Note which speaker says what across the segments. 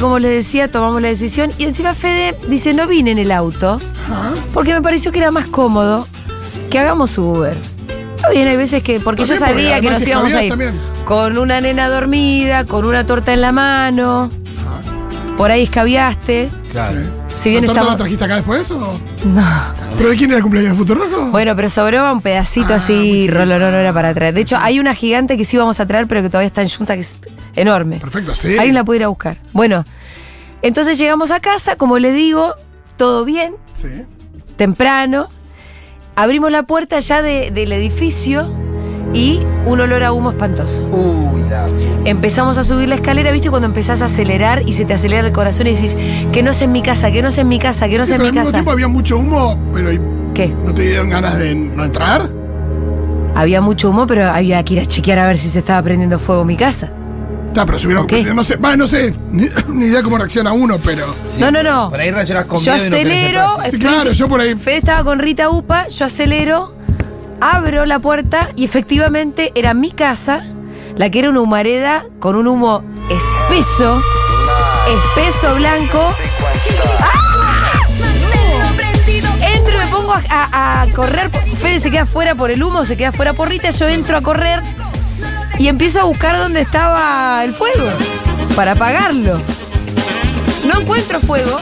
Speaker 1: como les decía, tomamos la decisión. Y encima Fede dice, no vine en el auto, porque me pareció que era más cómodo que hagamos Uber. Está bien, hay veces que, porque
Speaker 2: Está
Speaker 1: yo
Speaker 2: bien, porque
Speaker 1: sabía que
Speaker 2: además
Speaker 1: nos
Speaker 2: es
Speaker 1: íbamos a ir
Speaker 2: Navidad
Speaker 1: con una nena dormida, con una torta en la mano,
Speaker 2: Ah.
Speaker 1: por ahí escabiaste.
Speaker 3: Claro.
Speaker 1: Si bien
Speaker 2: ¿La torta
Speaker 1: estamos...
Speaker 2: la trajiste acá después o?
Speaker 1: No.
Speaker 2: ¿Pero de quién era el cumpleaños de Futuroco?
Speaker 1: Bueno, pero sobraba un pedacito
Speaker 2: Ah, muy
Speaker 1: así,
Speaker 2: chiquito.
Speaker 1: Rolo, no, no era para traer. De hecho, hay una gigante que sí vamos a traer, pero que todavía está en Junta, que es enorme.
Speaker 2: Perfecto, sí.
Speaker 1: Alguien la puede ir a buscar. Bueno, entonces llegamos a casa, como les digo, todo bien,
Speaker 2: Sí.
Speaker 1: temprano. Abrimos la puerta ya de- del edificio y un olor a humo espantoso.
Speaker 3: Uy, la.
Speaker 1: Empezamos a subir la escalera, ¿viste? Cuando empezás a acelerar y se te acelera el corazón y decís, que no es en mi casa, que no es en mi casa, que no es
Speaker 2: Sí,
Speaker 1: en
Speaker 2: pero
Speaker 1: mi
Speaker 2: al mismo
Speaker 1: casa.
Speaker 2: tiempo había mucho humo, pero ¿y
Speaker 1: ¿Qué?
Speaker 2: ¿no te dieron ganas de no entrar?
Speaker 1: Había mucho humo, pero había que ir a chequear a ver si se estaba prendiendo fuego mi casa.
Speaker 2: Está, pero subieron.
Speaker 1: ¿Qué?
Speaker 2: No sé, va, no sé, ni, ni idea cómo reacciona uno, pero.
Speaker 1: No, no, no.
Speaker 3: Por ahí reaccionás con
Speaker 1: Yo
Speaker 3: miedo y no querés
Speaker 1: acelero,
Speaker 3: entrar, sí.
Speaker 2: Sí,
Speaker 1: Explique.
Speaker 2: claro, yo por ahí.
Speaker 1: Fede estaba con Rita Upa, yo acelero, abro la puerta y efectivamente era mi casa, la que era una humareda con un humo espeso, espeso blanco. ¡Ah! Entro, me pongo a, a- a correr. Fede se queda fuera por el humo, se queda fuera por Rita. Yo entro a correr y empiezo a buscar dónde estaba el fuego para apagarlo. No encuentro fuego,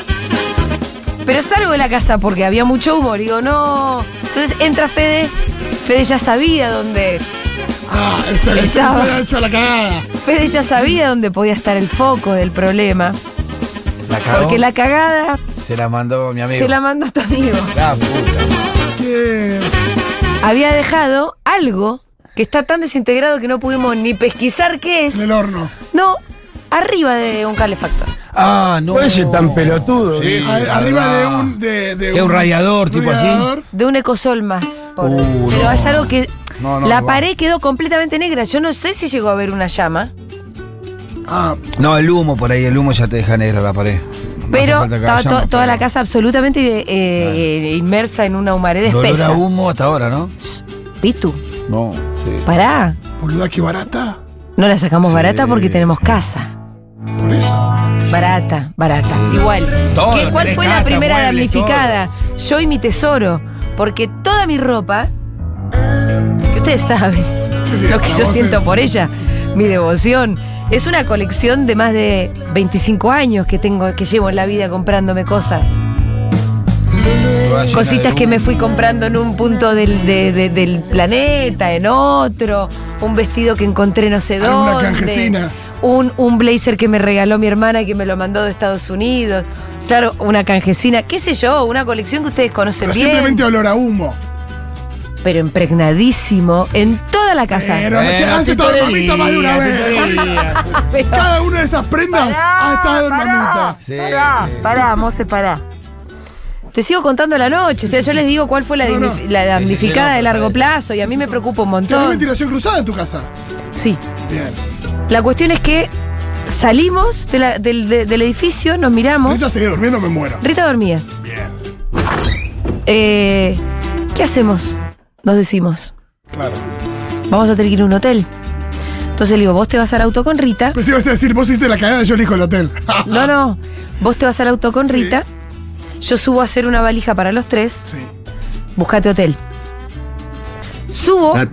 Speaker 1: pero salgo de la casa porque había mucho humo. Le digo, no. Entonces entra Fede. Fede ya sabía dónde.
Speaker 2: Ah, esa vez
Speaker 1: Estaba.
Speaker 2: se había hecho la cagada.
Speaker 1: Fede ya sabía dónde podía estar el foco del problema.
Speaker 3: La cagó.
Speaker 1: Porque la cagada
Speaker 3: Se la mandó mi amigo.
Speaker 1: se la mandó tu amigo.
Speaker 3: La puta.
Speaker 2: Que-
Speaker 1: había dejado algo que está tan desintegrado que no pudimos ni pesquisar qué es.
Speaker 2: En el horno.
Speaker 1: No, arriba de un calefactor.
Speaker 3: Ah, no.
Speaker 4: Puede ser tan pelotudo.
Speaker 3: Sí,
Speaker 2: A- arriba
Speaker 3: verdad.
Speaker 2: de un. De, de
Speaker 3: Es un radiador, tipo así.
Speaker 2: radiador.
Speaker 1: De un ecosol más. pobre.
Speaker 3: Uh,
Speaker 1: Pero
Speaker 3: no.
Speaker 1: es algo que.
Speaker 3: No, no,
Speaker 1: la
Speaker 3: no.
Speaker 1: pared quedó completamente negra. Yo no sé si llegó a haber una llama,
Speaker 2: Ah,
Speaker 3: No, el humo por ahí, el humo ya te deja negra la pared. No hace
Speaker 1: pero
Speaker 3: falta que
Speaker 1: estaba
Speaker 3: haya
Speaker 1: to-
Speaker 3: llama,
Speaker 1: toda
Speaker 3: pero-
Speaker 1: la casa absolutamente eh, eh, inmersa en una humareda
Speaker 3: El olor
Speaker 1: espesa.
Speaker 3: a humo hasta ahora, ¿no?
Speaker 1: Pitu,
Speaker 3: No, sí.
Speaker 1: pará.
Speaker 2: boluda, qué barata.
Speaker 1: No la sacamos
Speaker 3: Sí.
Speaker 1: barata porque tenemos casa.
Speaker 2: Por eso.
Speaker 1: Barata, barata. Igual.
Speaker 3: Todo,
Speaker 1: ¿Qué- ¿Cuál
Speaker 3: tenés
Speaker 1: fue la
Speaker 3: casa,
Speaker 1: primera
Speaker 3: muebles,
Speaker 1: damnificada? Yo y mi tesoro. Porque toda mi ropa, que ustedes saben,
Speaker 2: Sí, sí,
Speaker 1: lo que
Speaker 2: para
Speaker 1: yo
Speaker 2: vos
Speaker 1: siento
Speaker 2: es-
Speaker 1: por ella, mi devoción. Es una colección de más de 25 años que tengo, que llevo en la vida comprándome cosas.
Speaker 3: Toda llena
Speaker 1: Cositas
Speaker 3: de
Speaker 1: que me
Speaker 3: humo.
Speaker 1: fui comprando en un punto del, de- de- del planeta, en otro, un vestido que encontré no sé
Speaker 2: Alguna
Speaker 1: dónde.
Speaker 2: canjesina.
Speaker 1: Un, un blazer que me regaló mi hermana y que me lo mandó de Estados Unidos. Claro, una canjesina, qué sé yo, una colección que ustedes conocen
Speaker 2: Pero
Speaker 1: bien,
Speaker 2: simplemente olor a humo.
Speaker 1: pero impregnadísimo en toda la casa.
Speaker 2: Pero
Speaker 3: Eh,
Speaker 2: se
Speaker 3: la
Speaker 2: hace todo dormita
Speaker 3: tintorería,
Speaker 2: más de una vez.
Speaker 3: tintorería.
Speaker 1: Pero-
Speaker 2: Cada una de esas prendas ha estado en mamita.
Speaker 3: Sí,
Speaker 1: pará,
Speaker 3: sí.
Speaker 1: pará, Mose, pará. Te sigo contando la noche, o sea, yo les digo cuál fue la,
Speaker 2: No, no.
Speaker 1: damnifi- la damnificada
Speaker 3: Sí, sí, sí,
Speaker 1: de
Speaker 3: no,
Speaker 1: largo
Speaker 3: total.
Speaker 1: plazo y a mí me preocupa un
Speaker 2: ¿Tenés
Speaker 1: montón.
Speaker 2: ventilación cruzada en tu casa?
Speaker 1: Sí.
Speaker 2: Bien.
Speaker 1: La cuestión es que salimos de la- del, de- del edificio, nos miramos.
Speaker 2: Ahorita seguí durmiendo, me muero.
Speaker 1: Rita dormía.
Speaker 2: Bien.
Speaker 1: Eh, ¿Qué hacemos? Nos decimos,
Speaker 2: Claro.
Speaker 1: vamos a tener que ir a un hotel. Entonces le digo, vos te vas al auto con Rita.
Speaker 2: Pues ibas a decir, vos hiciste la cagada, yo elijo el hotel. Ah,
Speaker 1: No, no, vos te vas al auto con
Speaker 2: Sí.
Speaker 1: Rita. Yo subo a hacer una valija para los tres.
Speaker 2: Sí.
Speaker 1: Buscate hotel. Subo
Speaker 3: Ah.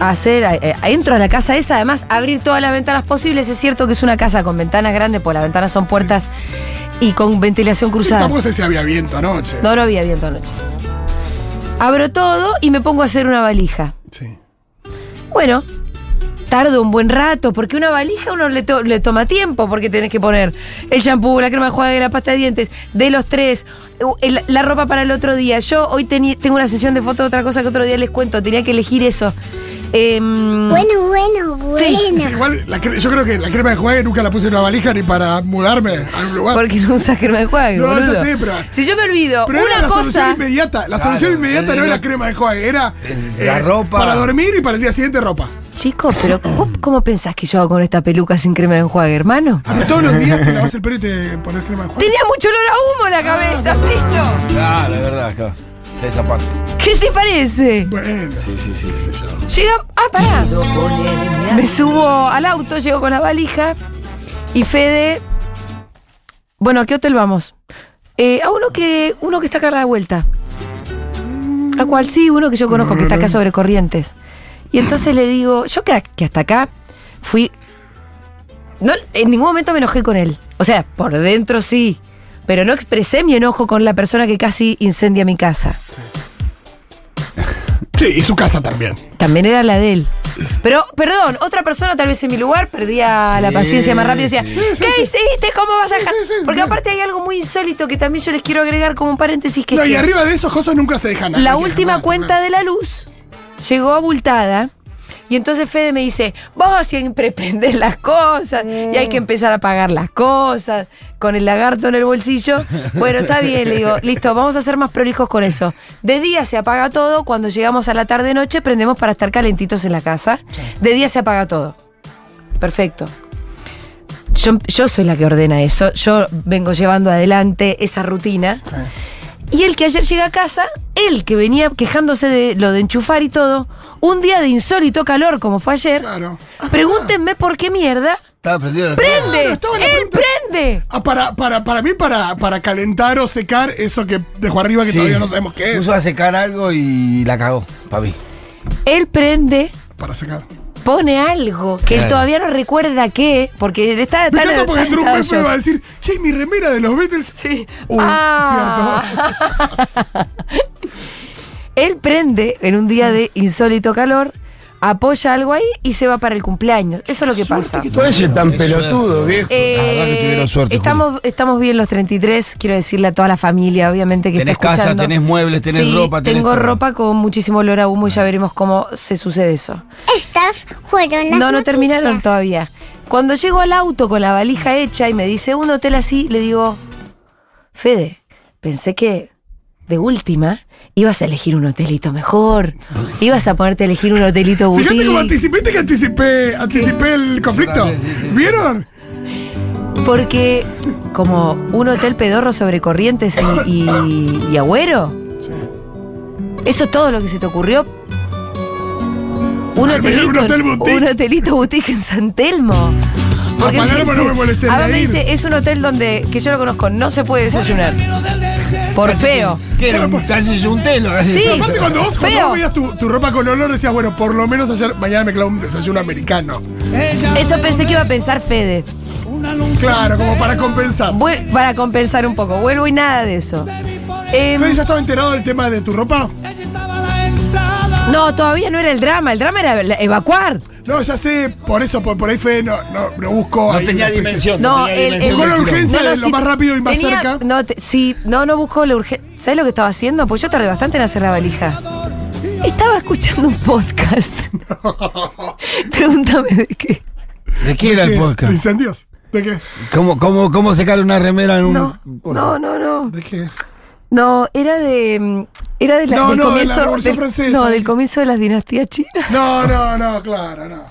Speaker 1: a hacer, a- eh, entro a la casa esa, además abrir todas las ventanas posibles. Es cierto que es una casa con ventanas grandes, porque las ventanas son puertas y con ventilación cruzada.
Speaker 2: Tampoco sé si había viento anoche.
Speaker 1: No, no había viento anoche. Abro todo y me pongo a hacer una valija.
Speaker 2: Sí.
Speaker 1: Bueno, tardo un buen rato, porque una valija uno le, to- le toma tiempo, porque tenés que poner el shampoo, la crema de enjuague, la pasta de dientes, de los tres, el- la ropa para el otro día. Yo hoy teni- tengo una sesión de fotos, otra cosa que otro día les cuento, tenía que elegir eso. Em,
Speaker 5: Bueno, bueno,
Speaker 1: Sí.
Speaker 5: bueno.
Speaker 2: Igual, la cre- yo creo que la crema de juegue nunca la puse en una valija ni para mudarme a un lugar.
Speaker 1: porque no usas crema de enjuague,
Speaker 2: No,
Speaker 1: boludo.
Speaker 2: ya sé, pero-
Speaker 1: Si yo me olvido
Speaker 2: Pero era
Speaker 1: una
Speaker 2: la solución
Speaker 1: cosa...
Speaker 2: inmediata. La
Speaker 3: Claro,
Speaker 2: solución inmediata
Speaker 3: el-
Speaker 2: no era crema de juegue, era eh,
Speaker 3: el- la ropa.
Speaker 2: Para dormir y para el día siguiente ropa.
Speaker 1: Chico, pero ¿vos ¿cómo pensás que yo hago con esta peluca sin crema de enjuague, hermano?
Speaker 2: Pero todos los días te lavas el pelo y te pones crema de juegue.
Speaker 1: Tenía mucho olor a humo en la
Speaker 2: Ah.
Speaker 1: cabeza, listo.
Speaker 3: Claro, es verdad, claro. Está esa parte.
Speaker 1: ¿Qué te parece?
Speaker 2: Bueno.
Speaker 3: Sí, sí, sí. sí.
Speaker 1: Llega. Ah, pará. Me subo al auto, llego con la valija y Fede Bueno, ¿a qué hotel vamos? Eh, a uno que, uno que está acá a la vuelta. ¿A cuál? Sí, uno que yo conozco, que está acá sobre Corrientes. Y entonces le digo, yo que, que hasta acá fui... No, en ningún momento me enojé con él. O sea, por dentro sí, pero no expresé mi enojo con la persona que casi incendia mi casa.
Speaker 2: Sí, y su casa también.
Speaker 1: También era la de él. Pero, perdón, otra persona tal vez en mi lugar perdía la paciencia más rápido. Decía,
Speaker 2: sí, sí,
Speaker 1: ¿qué
Speaker 2: sí.
Speaker 1: hiciste? ¿Cómo vas a
Speaker 2: Sí,
Speaker 1: dejar?
Speaker 2: sí, sí,
Speaker 1: Porque
Speaker 2: bien.
Speaker 1: aparte hay algo muy insólito que también yo les quiero agregar como un paréntesis que,
Speaker 2: No,
Speaker 1: es
Speaker 2: y
Speaker 1: que
Speaker 2: arriba de esos cosas nunca se dejan nada.
Speaker 1: la
Speaker 2: Hay que
Speaker 1: última
Speaker 2: dejarlo,
Speaker 1: cuenta de la luz llegó abultada. Y entonces Fede me dice, vos siempre prendés las cosas y hay que empezar a pagar las cosas con el lagarto en el bolsillo. Bueno, está bien, le digo, listo, vamos a ser más prolijos con eso. De día se apaga todo, cuando llegamos a la tarde-noche prendemos para estar calentitos en la casa. De día se apaga todo. Perfecto. Yo, yo soy la que ordena eso, yo vengo llevando adelante esa rutina.
Speaker 2: Sí.
Speaker 1: Y el que ayer llega a casa, el que venía quejándose de lo de enchufar y todo, un día de insólito calor como fue ayer,
Speaker 2: Claro.
Speaker 1: pregúntenme por qué mierda.
Speaker 3: Estaba prendido. la-
Speaker 2: Claro,
Speaker 1: ¡Prende!
Speaker 2: estaba la
Speaker 1: ¡Él
Speaker 2: pregunta-
Speaker 1: prende!
Speaker 2: Ah, para, para, para mí, para, para calentar o secar eso que dejó arriba que
Speaker 3: Sí.
Speaker 2: todavía no sabemos qué es.
Speaker 3: Puso a secar algo y la cagó, papi.
Speaker 1: Él prende,
Speaker 2: Para secar.
Speaker 1: pone algo que él
Speaker 3: Claro.
Speaker 1: todavía no recuerda qué, porque él está
Speaker 2: Me
Speaker 1: tan-
Speaker 2: encanta porque
Speaker 1: tan-
Speaker 2: entró un
Speaker 1: tan
Speaker 2: jefe y
Speaker 1: shock.
Speaker 2: va a decir, che, ¿y mi remera de los Beatles.
Speaker 1: Sí.
Speaker 3: Uh,
Speaker 2: Uy,
Speaker 1: Ah. Él prende en un día de insólito calor, apoya algo ahí y se va para el cumpleaños. Eso es lo que pasa.
Speaker 4: Puede ser tan pelotudo, viejo.
Speaker 1: Eh,
Speaker 3: La verdad que tuvieron suerte,
Speaker 1: estamos, estamos bien los 33, quiero decirle a toda la familia, obviamente que
Speaker 3: Tenés
Speaker 1: está
Speaker 3: casa,
Speaker 1: escuchando.
Speaker 3: tenés muebles, tenés
Speaker 1: Sí,
Speaker 3: ropa, tenés
Speaker 1: tengo
Speaker 3: todo.
Speaker 1: ropa con muchísimo olor a humo y ya veremos cómo se sucede eso.
Speaker 5: Estas fueron las
Speaker 1: No, no
Speaker 5: noticias.
Speaker 1: terminaron todavía. Cuando llego al auto con la valija hecha y me dice un hotel así, le digo, Fede, pensé que de última ibas a elegir un hotelito mejor, ibas a ponerte a elegir un hotelito
Speaker 2: Ah. Fíjate cómo
Speaker 1: boutique,
Speaker 2: anticipé, que anticipé, anticipé el conflicto. ¿Vieron?
Speaker 1: porque como un hotel pedorro sobre corrientes y, y- y agüero, eso es todo lo que se te ocurrió. Un
Speaker 2: Al menos
Speaker 1: hotelito,
Speaker 2: un hotel boutique.
Speaker 1: un hotelito boutique en San Telmo.
Speaker 2: A Palermo no me molesté,
Speaker 1: ahora
Speaker 2: me
Speaker 1: me
Speaker 2: ir.
Speaker 1: dice, es un hotel donde, que yo lo conozco, no se puede desayunar. Por feo.
Speaker 3: ¿Qué era? Un, casi un telo. casi.
Speaker 1: Sí.
Speaker 2: Pero aparte cuando vos, cuando
Speaker 1: Feo.
Speaker 2: vos veías tu, tu ropa con olor decías, bueno, por lo menos ayer, mañana me clavo un desayuno americano.
Speaker 1: Eso pensé que iba a pensar Fede.
Speaker 2: Claro, como para compensar.
Speaker 1: Vuel- para compensar un poco. Vuelvo y nada de eso. Em,
Speaker 2: ¿Fede ya estaba enterado del tema de tu ropa?
Speaker 1: no, todavía no era el drama. El drama era la- evacuar.
Speaker 2: No, ya sé, por eso, por, por ahí Fede no, no, no busco.
Speaker 3: No
Speaker 2: ahí
Speaker 3: tenía
Speaker 2: una especie-
Speaker 3: dimensión.
Speaker 1: No,
Speaker 3: tenía
Speaker 1: el-
Speaker 3: dimensión
Speaker 2: Llegó
Speaker 3: del
Speaker 2: la
Speaker 3: quilombo.
Speaker 2: urgencia de lo más rápido y más
Speaker 1: tenía-
Speaker 2: cerca.
Speaker 1: No, te- sí, no, no buscó la urgencia. ¿Sabes lo que estaba haciendo? Pues yo tardé bastante en hacer la valija. Estaba escuchando un podcast. Pregúntame de qué.
Speaker 3: ¿De qué era
Speaker 2: ¿Qué?
Speaker 3: el podcast?
Speaker 2: ¿Incendios? ¿De qué?
Speaker 3: ¿Cómo, cómo, cómo secar una remera en un.?
Speaker 1: No, no, no, no.
Speaker 2: ¿De qué?
Speaker 1: No, era de. mm, Era de la,
Speaker 2: No,
Speaker 1: del
Speaker 2: no, de la
Speaker 1: comienzo.
Speaker 2: Revolución
Speaker 1: del-
Speaker 2: Francesa.
Speaker 1: no, del comienzo de las dinastías chinas.
Speaker 2: No, no, no, claro, no.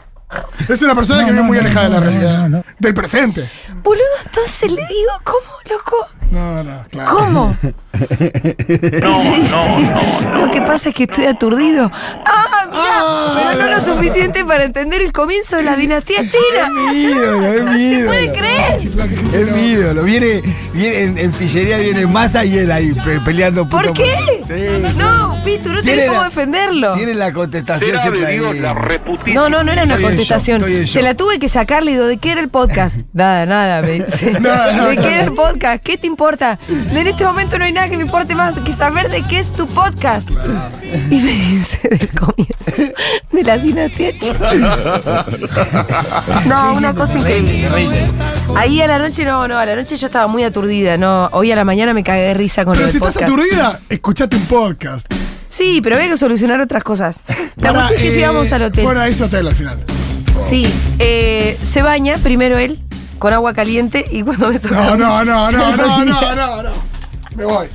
Speaker 2: Es una persona que vive muy alejada de la realidad. Del presente.
Speaker 1: Boludo, entonces le digo, ¿cómo, loco?
Speaker 2: No, no, claro.
Speaker 1: ¿Cómo? Lo que pasa es que estoy aturdido. ¡Ah, mirá! pero no lo suficiente para entender el comienzo de la dinastía china.
Speaker 3: Mi ídolo, es mi
Speaker 1: ¿Se puede
Speaker 3: ídolo.
Speaker 1: creer?
Speaker 3: Es mi ídolo. Viene, viene en, en pillería viene Massa y él ahí pe- peleando
Speaker 1: ¿Por
Speaker 3: puto
Speaker 1: qué?
Speaker 3: Sí.
Speaker 1: No, Pitu, no
Speaker 3: Tiene
Speaker 1: tenés
Speaker 3: la-
Speaker 1: cómo defenderlo.
Speaker 3: Tiene la contestación
Speaker 6: Será
Speaker 3: siempre ahí.
Speaker 6: averiguo la reputísima.
Speaker 1: No, no, no era una
Speaker 3: Estoy en
Speaker 1: contestación.
Speaker 3: shock, estoy en
Speaker 1: Se la
Speaker 3: shock.
Speaker 1: tuve que sacar, le digo, ¿de qué era el podcast? Nada, nada, me dice.
Speaker 2: No, no,
Speaker 1: ¿De
Speaker 2: no,
Speaker 1: qué era
Speaker 2: no.
Speaker 1: el podcast? ¿Qué te importa? En este momento no hay nada que me importe más que saber de qué es tu podcast. Y me dice del comienzo de la dinastía china. No, una cosa increíble. Ahí a la noche, no, no, a la noche yo estaba muy aturdida. No, hoy a la mañana me cagué de risa con
Speaker 2: Pero
Speaker 1: el
Speaker 2: si estás
Speaker 1: podcast.
Speaker 2: aturdida, escuchate un podcast.
Speaker 1: Sí, pero había que solucionar otras cosas. La
Speaker 2: Para,
Speaker 1: cuestión es que
Speaker 2: eh,
Speaker 1: llegamos al hotel.
Speaker 2: Bueno, es hotel al final.
Speaker 1: Sí, eh, se baña primero él con agua caliente y cuando me toca.
Speaker 2: No, no, no,
Speaker 1: ya
Speaker 2: no, no,
Speaker 1: había-
Speaker 2: no, no, no. Me voy.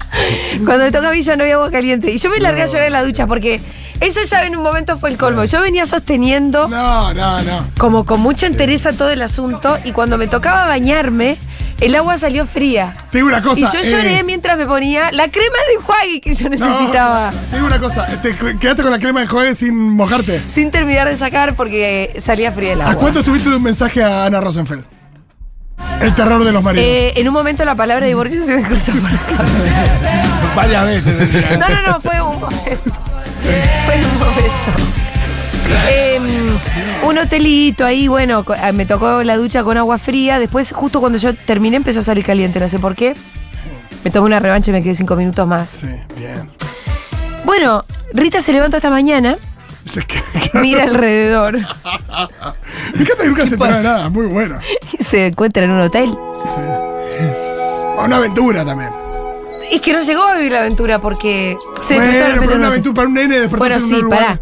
Speaker 1: Cuando me toca a mí ya no había agua caliente. Y yo me largué a llorar en la ducha porque eso ya en un momento fue el colmo. Yo venía sosteniendo
Speaker 2: No, no, no.
Speaker 1: como con mucha entereza todo el asunto y cuando me tocaba bañarme, el agua salió fría.
Speaker 2: Te digo una cosa.
Speaker 1: y yo
Speaker 2: eh,
Speaker 1: lloré mientras me ponía la crema de enjuague que yo
Speaker 2: no,
Speaker 1: necesitaba.
Speaker 2: te digo una cosa. eh, Te cre- quedaste con la crema de jueves sin mojarte.
Speaker 1: Sin terminar de sacar porque salía fría el
Speaker 2: ¿A
Speaker 1: agua.
Speaker 2: cuánto estuviste de un mensaje a Ana Rosenfeld? El terror de los maridos.
Speaker 1: Eh, en un momento la palabra divorcio se me cruzó por acá.
Speaker 3: Varias veces.
Speaker 2: ¿eh?
Speaker 1: No, no, no, fue un momento. Fue un momento. Em, un hotelito ahí, bueno, co- ah, me tocó la ducha con agua fría. Después, justo cuando yo terminé, empezó a salir caliente, no sé por qué. Me tomé una revancha y me quedé cinco minutos más.
Speaker 2: Sí, bien.
Speaker 1: Bueno, Rita se levanta esta mañana,
Speaker 2: Se que-
Speaker 1: mira alrededor
Speaker 2: Me encanta que nunca se entera de nada, muy bueno.
Speaker 1: y se encuentra en un hotel.
Speaker 2: Una aventura también.
Speaker 1: Es que no llegó a vivir la aventura porque se despertó de
Speaker 2: bueno,
Speaker 1: repente en
Speaker 2: pero una
Speaker 1: un hotel.
Speaker 2: aventura para un nene despertarse
Speaker 1: Bueno,
Speaker 2: en un
Speaker 1: sí,
Speaker 2: lugar. Ah,
Speaker 1: pará.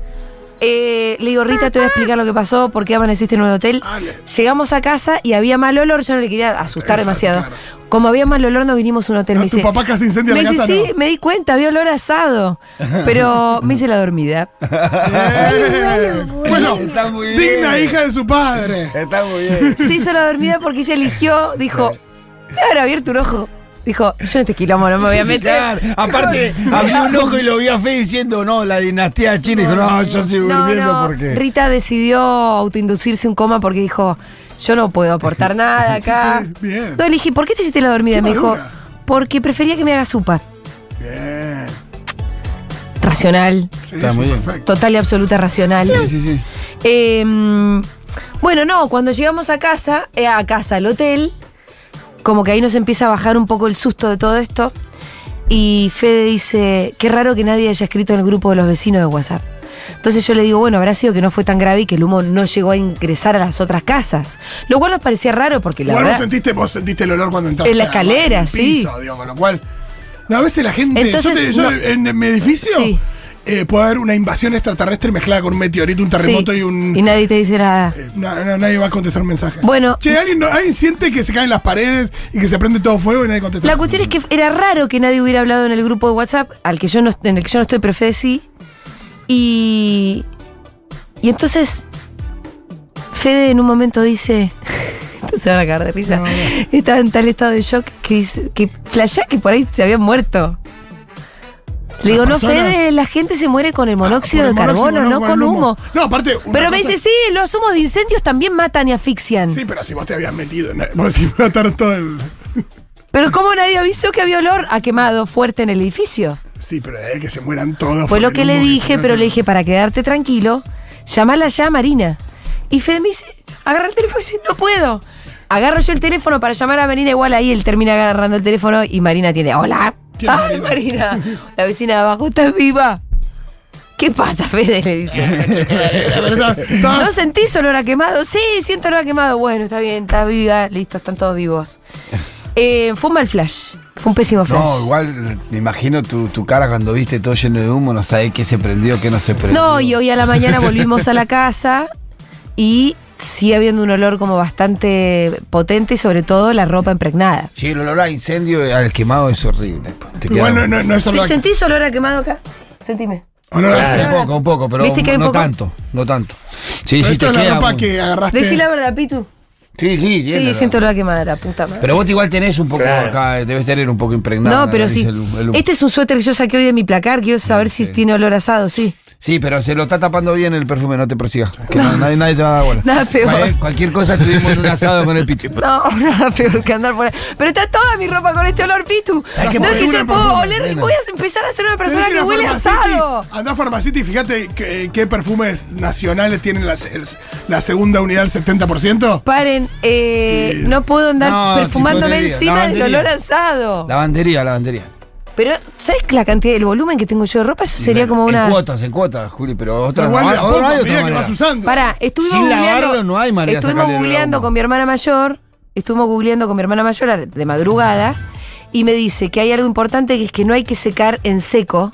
Speaker 1: Eh, le digo, Rita, te voy a explicar lo que pasó, por qué amaneciste en un hotel.
Speaker 2: Ale.
Speaker 1: Llegamos a casa y había mal olor, yo no le quería asustar
Speaker 2: Exacto,
Speaker 1: demasiado.
Speaker 2: claro.
Speaker 1: Como había mal olor, nos vinimos a un hotel.
Speaker 2: No,
Speaker 1: me
Speaker 2: tu
Speaker 1: dice,
Speaker 2: papá casi incendia
Speaker 1: me
Speaker 2: la
Speaker 1: dice,
Speaker 2: casa,
Speaker 1: sí,
Speaker 2: no.
Speaker 1: me di cuenta, había olor a asado. Pero me hice la dormida.
Speaker 2: Eh, Bueno,
Speaker 3: Está muy bien.
Speaker 2: digna hija de su padre.
Speaker 3: Está muy bien.
Speaker 1: Se hizo la dormida porque ella eligió, dijo, ¿te habrá abierto un ojo? Dijo, yo en este quilombo no me voy a meter.
Speaker 3: Claro. Aparte, abrí un ojo y lo vi a Fe diciendo, no, la dinastía china. Y dijo, no, yo sigo
Speaker 1: No,
Speaker 3: durmiendo
Speaker 1: no,
Speaker 3: porque.
Speaker 1: Rita decidió autoinducirse un coma porque dijo, yo no puedo aportar nada acá.
Speaker 2: Sí, bien.
Speaker 1: No, le dije, ¿por qué te hiciste la dormida?
Speaker 2: Qué
Speaker 1: Me dijo,
Speaker 2: madura.
Speaker 1: porque prefería que me haga sopa.
Speaker 2: Bien.
Speaker 1: Racional,
Speaker 2: Sí,
Speaker 3: Está muy
Speaker 2: sí,
Speaker 3: bien.
Speaker 2: perfecto.
Speaker 1: total y absoluta racional.
Speaker 3: Sí, sí, sí.
Speaker 1: Eh, mm, bueno, no, cuando llegamos a casa, eh, a casa, al hotel, como que ahí nos empieza a bajar un poco el susto de todo esto. Y Fede dice, qué raro que nadie haya escrito en el grupo de los vecinos de WhatsApp. Entonces yo le digo, bueno, habrá sido que no fue tan grave y que el humo no llegó a ingresar a las otras casas. Lo cual nos parecía raro porque la
Speaker 2: Igual vos
Speaker 1: verdad...
Speaker 2: sentiste, vos sentiste el olor cuando entraste.
Speaker 1: En la
Speaker 2: a-
Speaker 1: escalera,
Speaker 2: en el
Speaker 1: sí.
Speaker 2: piso, digo, con lo cual. No, a veces la gente.
Speaker 1: Entonces,
Speaker 2: yo te- yo
Speaker 1: no-
Speaker 2: en, en mi edificio
Speaker 1: Sí.
Speaker 2: eh, puede haber una invasión extraterrestre mezclada con un meteorito, un terremoto
Speaker 1: Sí,
Speaker 2: y un.
Speaker 1: Y nadie te dice nada.
Speaker 2: eh, no, no, nadie va a contestar un mensaje.
Speaker 1: Bueno.
Speaker 2: Che, alguien, no- alguien siente que se caen las paredes y que se prende todo fuego y nadie contesta.
Speaker 1: La cuestión es que era raro que nadie hubiera hablado en el grupo de WhatsApp, al que yo no, en el que yo no estoy, pero Fede sí. Y. Y entonces. Fede en un momento dice. se van a cagar de risa. Estaba en tal estado de shock que, dice- que flashea que por ahí se había muerto. Le digo, no,
Speaker 2: personas?
Speaker 1: Fede, la gente se muere con el monóxido
Speaker 2: Ah, Con el
Speaker 1: de carbono, no
Speaker 2: monóxido,
Speaker 1: con
Speaker 2: el
Speaker 1: humo.
Speaker 2: No, aparte. una
Speaker 1: Pero me
Speaker 2: cosa-
Speaker 1: dice, sí, los humos de incendios también matan y asfixian.
Speaker 2: Sí, pero si vos te habías metido. en- Vos ibas a estar todo el.
Speaker 1: Pero ¿cómo nadie avisó que había olor a quemado fuerte en el edificio?
Speaker 2: Sí, pero eh, que se mueran todos.
Speaker 1: Fue
Speaker 2: por
Speaker 1: lo
Speaker 2: el
Speaker 1: que le
Speaker 2: humo
Speaker 1: dije,
Speaker 2: se-
Speaker 1: pero le dije, para quedarte tranquilo, llamala ya a Marina. Y Fede me dice, agarra el teléfono y dice, no puedo. Agarro yo el teléfono para llamar a Marina, igual ahí él termina agarrando el teléfono y Marina tiene, hola.
Speaker 2: ¿Quién es
Speaker 1: Ay,
Speaker 2: Marina?
Speaker 1: Marina, la vecina de abajo, ¿estás viva? ¿Qué pasa, Fede? Le dice.
Speaker 2: Está- está-
Speaker 1: ¿No sentís olor a quemado? Sí, siento olor a quemado. Bueno, está bien, está viva, listo, están todos vivos. Eh, fue un mal flash, fue un pésimo flash.
Speaker 3: No, igual me imagino tu, tu cara cuando viste todo lleno de humo, no sabés qué se prendió, qué no se prendió.
Speaker 1: No, y hoy a la mañana volvimos a la casa y sigue habiendo un olor como bastante potente y sobre todo la ropa impregnada.
Speaker 3: Sí, el olor a incendio y al quemado es horrible. po. Te
Speaker 2: Igual
Speaker 3: queda-
Speaker 2: no, no, no es
Speaker 1: ¿Te
Speaker 2: olor a-
Speaker 1: sentís olor a quemado acá? Sentime.
Speaker 2: olor a-
Speaker 3: Un poco, un poco, pero
Speaker 1: Viste que hay un
Speaker 3: no
Speaker 1: poco-
Speaker 3: tanto, no tanto. Sí,
Speaker 2: Pero
Speaker 3: sí,
Speaker 2: esto
Speaker 3: te
Speaker 2: es la
Speaker 3: queda.
Speaker 2: ropa
Speaker 3: un-
Speaker 2: que agarraste.
Speaker 1: Decí la verdad, Pitu.
Speaker 3: Sí, sí, tiene
Speaker 1: Sí,
Speaker 3: olor.
Speaker 1: siento olor a quemada, la puta madre.
Speaker 3: Pero vos igual tenés un poco acá, debes tener un poco impregnado. en
Speaker 1: no,
Speaker 3: la
Speaker 1: pero
Speaker 3: nariz
Speaker 1: sí.
Speaker 3: el humo- el humo.
Speaker 1: Este es un suéter que yo saqué hoy de mi placar. Quiero saber si tiene olor asado, sí.
Speaker 3: Sí, pero se lo está tapando bien el perfume, no te persigas. Que no- nadie, nadie te va a dar bola.
Speaker 1: Nada peor.
Speaker 3: Cual- cualquier cosa estuvimos en un asado con el pito.
Speaker 1: No, nada peor que andar por ahí. Pero está toda mi ropa con este olor, Pitu.
Speaker 3: Hay que
Speaker 1: No es
Speaker 3: poner
Speaker 1: que
Speaker 3: una
Speaker 1: yo puedo
Speaker 3: profunda,
Speaker 1: oler.
Speaker 3: nena.
Speaker 1: Voy a empezar a ser una
Speaker 2: Tenés
Speaker 1: persona
Speaker 2: ir
Speaker 1: que
Speaker 2: a
Speaker 1: huele a
Speaker 2: Farmacity,
Speaker 1: asado.
Speaker 2: Andá a Farmacity y fíjate que- qué perfumes nacionales tienen las- el- la segunda unidad al 70%.
Speaker 1: Paren, eh, no puedo andar
Speaker 3: No,
Speaker 1: perfumándome
Speaker 3: tipo,
Speaker 1: encima
Speaker 3: lavandería.
Speaker 1: del olor asado.
Speaker 3: Lavandería, lavandería.
Speaker 1: Pero, ¿sabes la cantidad, el volumen que tengo yo de ropa? Eso sería como una.
Speaker 3: En cuotas, en cuotas, Juli, pero otra
Speaker 2: Igual
Speaker 3: no,
Speaker 2: de a
Speaker 3: hay-
Speaker 2: poco,
Speaker 3: no hay
Speaker 2: a
Speaker 3: otra
Speaker 2: medida que
Speaker 3: manera.
Speaker 2: vas usando.
Speaker 1: Pará, estuvimos
Speaker 3: Sin
Speaker 1: googleando.
Speaker 3: lavarlo no hay manera de
Speaker 1: estuvimos
Speaker 3: sacarle el olor a
Speaker 1: googleando
Speaker 3: humo.
Speaker 1: con mi hermana mayor, estuvimos googleando con mi hermana mayor de madrugada, y me dice que hay algo importante que es que no hay que secar en seco,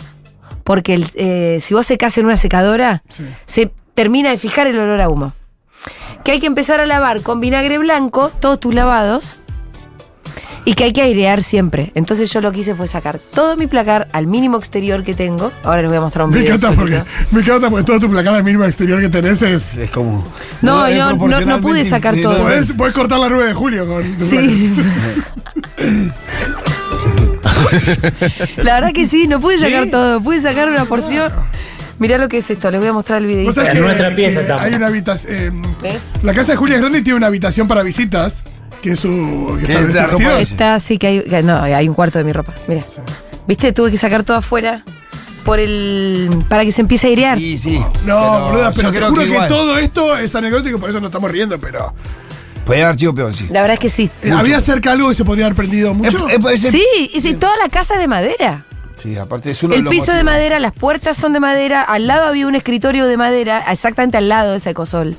Speaker 1: porque el- eh, si vos secás en una secadora, se termina de fijar el olor a humo. Que hay que empezar a lavar con vinagre blanco todos tus lavados. Y que hay que airear siempre. Entonces yo lo que hice fue sacar todo mi placar al mínimo exterior que tengo. Ahora les voy a mostrar un
Speaker 2: Me
Speaker 1: video.
Speaker 2: encanta porque,
Speaker 1: solito.
Speaker 2: me encanta porque todo tu placar al mínimo exterior que tenés es.
Speaker 3: Es como.
Speaker 1: No,
Speaker 3: es
Speaker 1: no, no- no
Speaker 3: proporcionalmente
Speaker 1: pude sacar
Speaker 3: infinito.
Speaker 1: todo.
Speaker 2: Podés, podés cortar la 9 de julio con.
Speaker 1: Sí. La verdad que sí, no pude sacar todo, pude sacar una porción. Mirá lo que es esto, les voy a mostrar el video.
Speaker 2: Vos sabés
Speaker 6: En nuestra pieza estamos.
Speaker 2: hay una habitación.
Speaker 1: ¿Ves?
Speaker 2: la casa de Julia Grandi tiene una habitación para visitas. Que es su. Que
Speaker 3: Que es la ropa
Speaker 2: divertido.
Speaker 3: de ella.
Speaker 1: Está así que hay. que- No, hay un cuarto de mi ropa. Mira. ¿Viste? Tuve que sacar todo afuera por el. para que se empiece a airear.
Speaker 3: Y sí.
Speaker 2: No, boluda, pero
Speaker 3: yo
Speaker 2: te
Speaker 3: creo
Speaker 2: juro
Speaker 3: que
Speaker 2: que,
Speaker 3: igual.
Speaker 2: todo esto es anecdótico, por eso no estamos riendo, pero.
Speaker 3: Podría haber sido peor, sí.
Speaker 1: La verdad es que sí.
Speaker 2: eh, Había cerca algo que se podría haber prendido mucho.
Speaker 3: Es- es- es-
Speaker 1: Sí, y si toda la casa es de madera.
Speaker 3: Sí, aparte es uno de
Speaker 1: El
Speaker 3: los
Speaker 1: piso de
Speaker 3: motivos.
Speaker 1: madera, las puertas son de madera, al lado había un escritorio de madera, exactamente al lado de ese ecosol.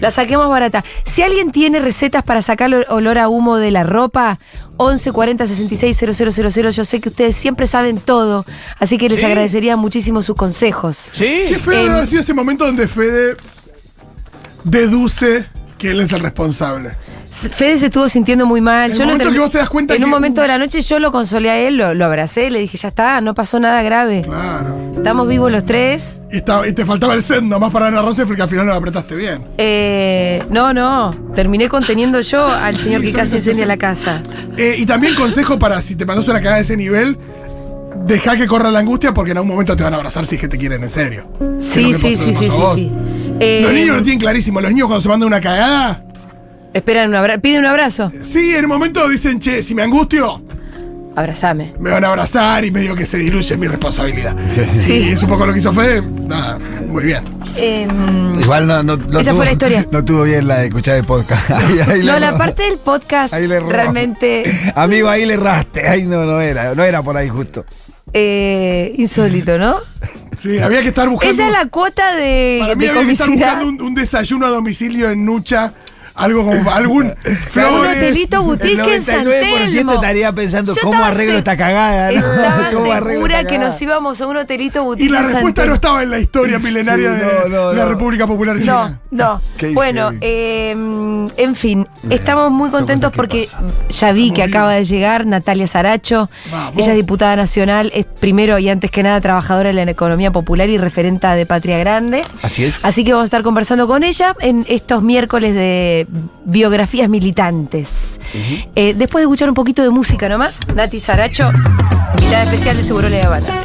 Speaker 1: La saqué más barata. Si alguien tiene recetas para sacar el olor a humo de la ropa, 11 40 66 000, yo sé que ustedes siempre saben todo, así que les agradecería muchísimo sus consejos.
Speaker 2: Qué feo debe haber sido ese momento donde Fede deduce que él es el responsable.
Speaker 1: Fede se estuvo sintiendo muy mal.
Speaker 2: El
Speaker 1: yo lo
Speaker 2: momento
Speaker 1: termi-
Speaker 2: que vos te das cuenta
Speaker 1: en un
Speaker 2: que-
Speaker 1: momento de la noche yo lo consolé a él, lo, lo abracé, le dije, ya está, no pasó nada grave.
Speaker 2: Claro.
Speaker 1: Estamos vivos los tres.
Speaker 2: Y, estaba- y te faltaba el set nomás para Ana Rosenfeld, que al final no lo apretaste bien.
Speaker 1: Eh, no, no. Terminé conteniendo yo al señor que casi incendia la casa.
Speaker 2: Eh, y también consejo para si te mandas una cagada de ese nivel, deja que corra la angustia porque en algún momento te van a abrazar si es que te quieren en serio.
Speaker 1: Sí,
Speaker 2: Creo
Speaker 1: sí,
Speaker 2: que
Speaker 1: sí,
Speaker 2: pasó con
Speaker 1: sí, sí,
Speaker 2: vos.
Speaker 1: sí. Eh,
Speaker 2: Los niños lo tienen clarísimo. Los niños cuando se mandan una cagada,
Speaker 1: Esperan un abrazo. Pide un abrazo.
Speaker 2: sí, en un momento dicen, che, si me angustio,
Speaker 1: Abrazame.
Speaker 2: me van a abrazar y medio que se diluye mi responsabilidad.
Speaker 1: Sí.
Speaker 2: Y es un poco lo que hizo Fede. Nada, muy bien.
Speaker 1: Eh,
Speaker 3: Igual no, no, no
Speaker 1: Esa fue la historia.
Speaker 3: No tuvo bien la de escuchar el podcast. Ahí- ahí le
Speaker 1: no, la
Speaker 3: erró.
Speaker 1: parte del podcast
Speaker 3: Ahí le erró.
Speaker 1: realmente
Speaker 3: Amigo, ahí le erraste. Ahí no, no era. No era por ahí justo.
Speaker 1: eh, insólito, ¿no?
Speaker 2: Sí, había que estar buscando.
Speaker 1: Esa es la cuota de,
Speaker 2: Para mí
Speaker 1: de
Speaker 2: había que estar
Speaker 1: comicidad.
Speaker 2: buscando un, un desayuno a domicilio en Nucha. Algo como algún
Speaker 1: Un
Speaker 2: flores.
Speaker 1: hotelito boutique en San Telmo.
Speaker 3: estaría pensando
Speaker 1: Yo
Speaker 3: cómo
Speaker 1: estaba
Speaker 3: arreglo
Speaker 1: se-
Speaker 3: esta cagada. ¿no?
Speaker 1: Estaba
Speaker 3: ¿Cómo arreglo
Speaker 1: segura
Speaker 3: esta
Speaker 1: que
Speaker 3: cagada?
Speaker 1: nos íbamos a un hotelito boutique
Speaker 2: Y la
Speaker 1: en San
Speaker 2: respuesta
Speaker 1: Telmo.
Speaker 2: no estaba en la historia milenaria
Speaker 3: Sí,
Speaker 2: de
Speaker 3: no, no,
Speaker 2: la
Speaker 3: no.
Speaker 2: República Popular
Speaker 1: No,
Speaker 2: China.
Speaker 1: no.
Speaker 3: Qué
Speaker 1: bueno,
Speaker 3: heavy.
Speaker 1: eh, en fin, estamos muy
Speaker 3: son
Speaker 1: contentos
Speaker 3: cosas que
Speaker 1: porque
Speaker 3: pasan.
Speaker 1: ya vi que
Speaker 2: Estamos
Speaker 1: acaba de llegar Natalia Saracho.
Speaker 2: Vamos.
Speaker 1: Ella es diputada nacional, es primero y antes que nada trabajadora en la economía popular y referenta de Patria Grande.
Speaker 3: Así es.
Speaker 1: Así que vamos a estar conversando con ella en estos miércoles de biografías militantes. Eh, después de escuchar un poquito de música nomás, Nati Saracho, invitada especial de Seguro Le Habana.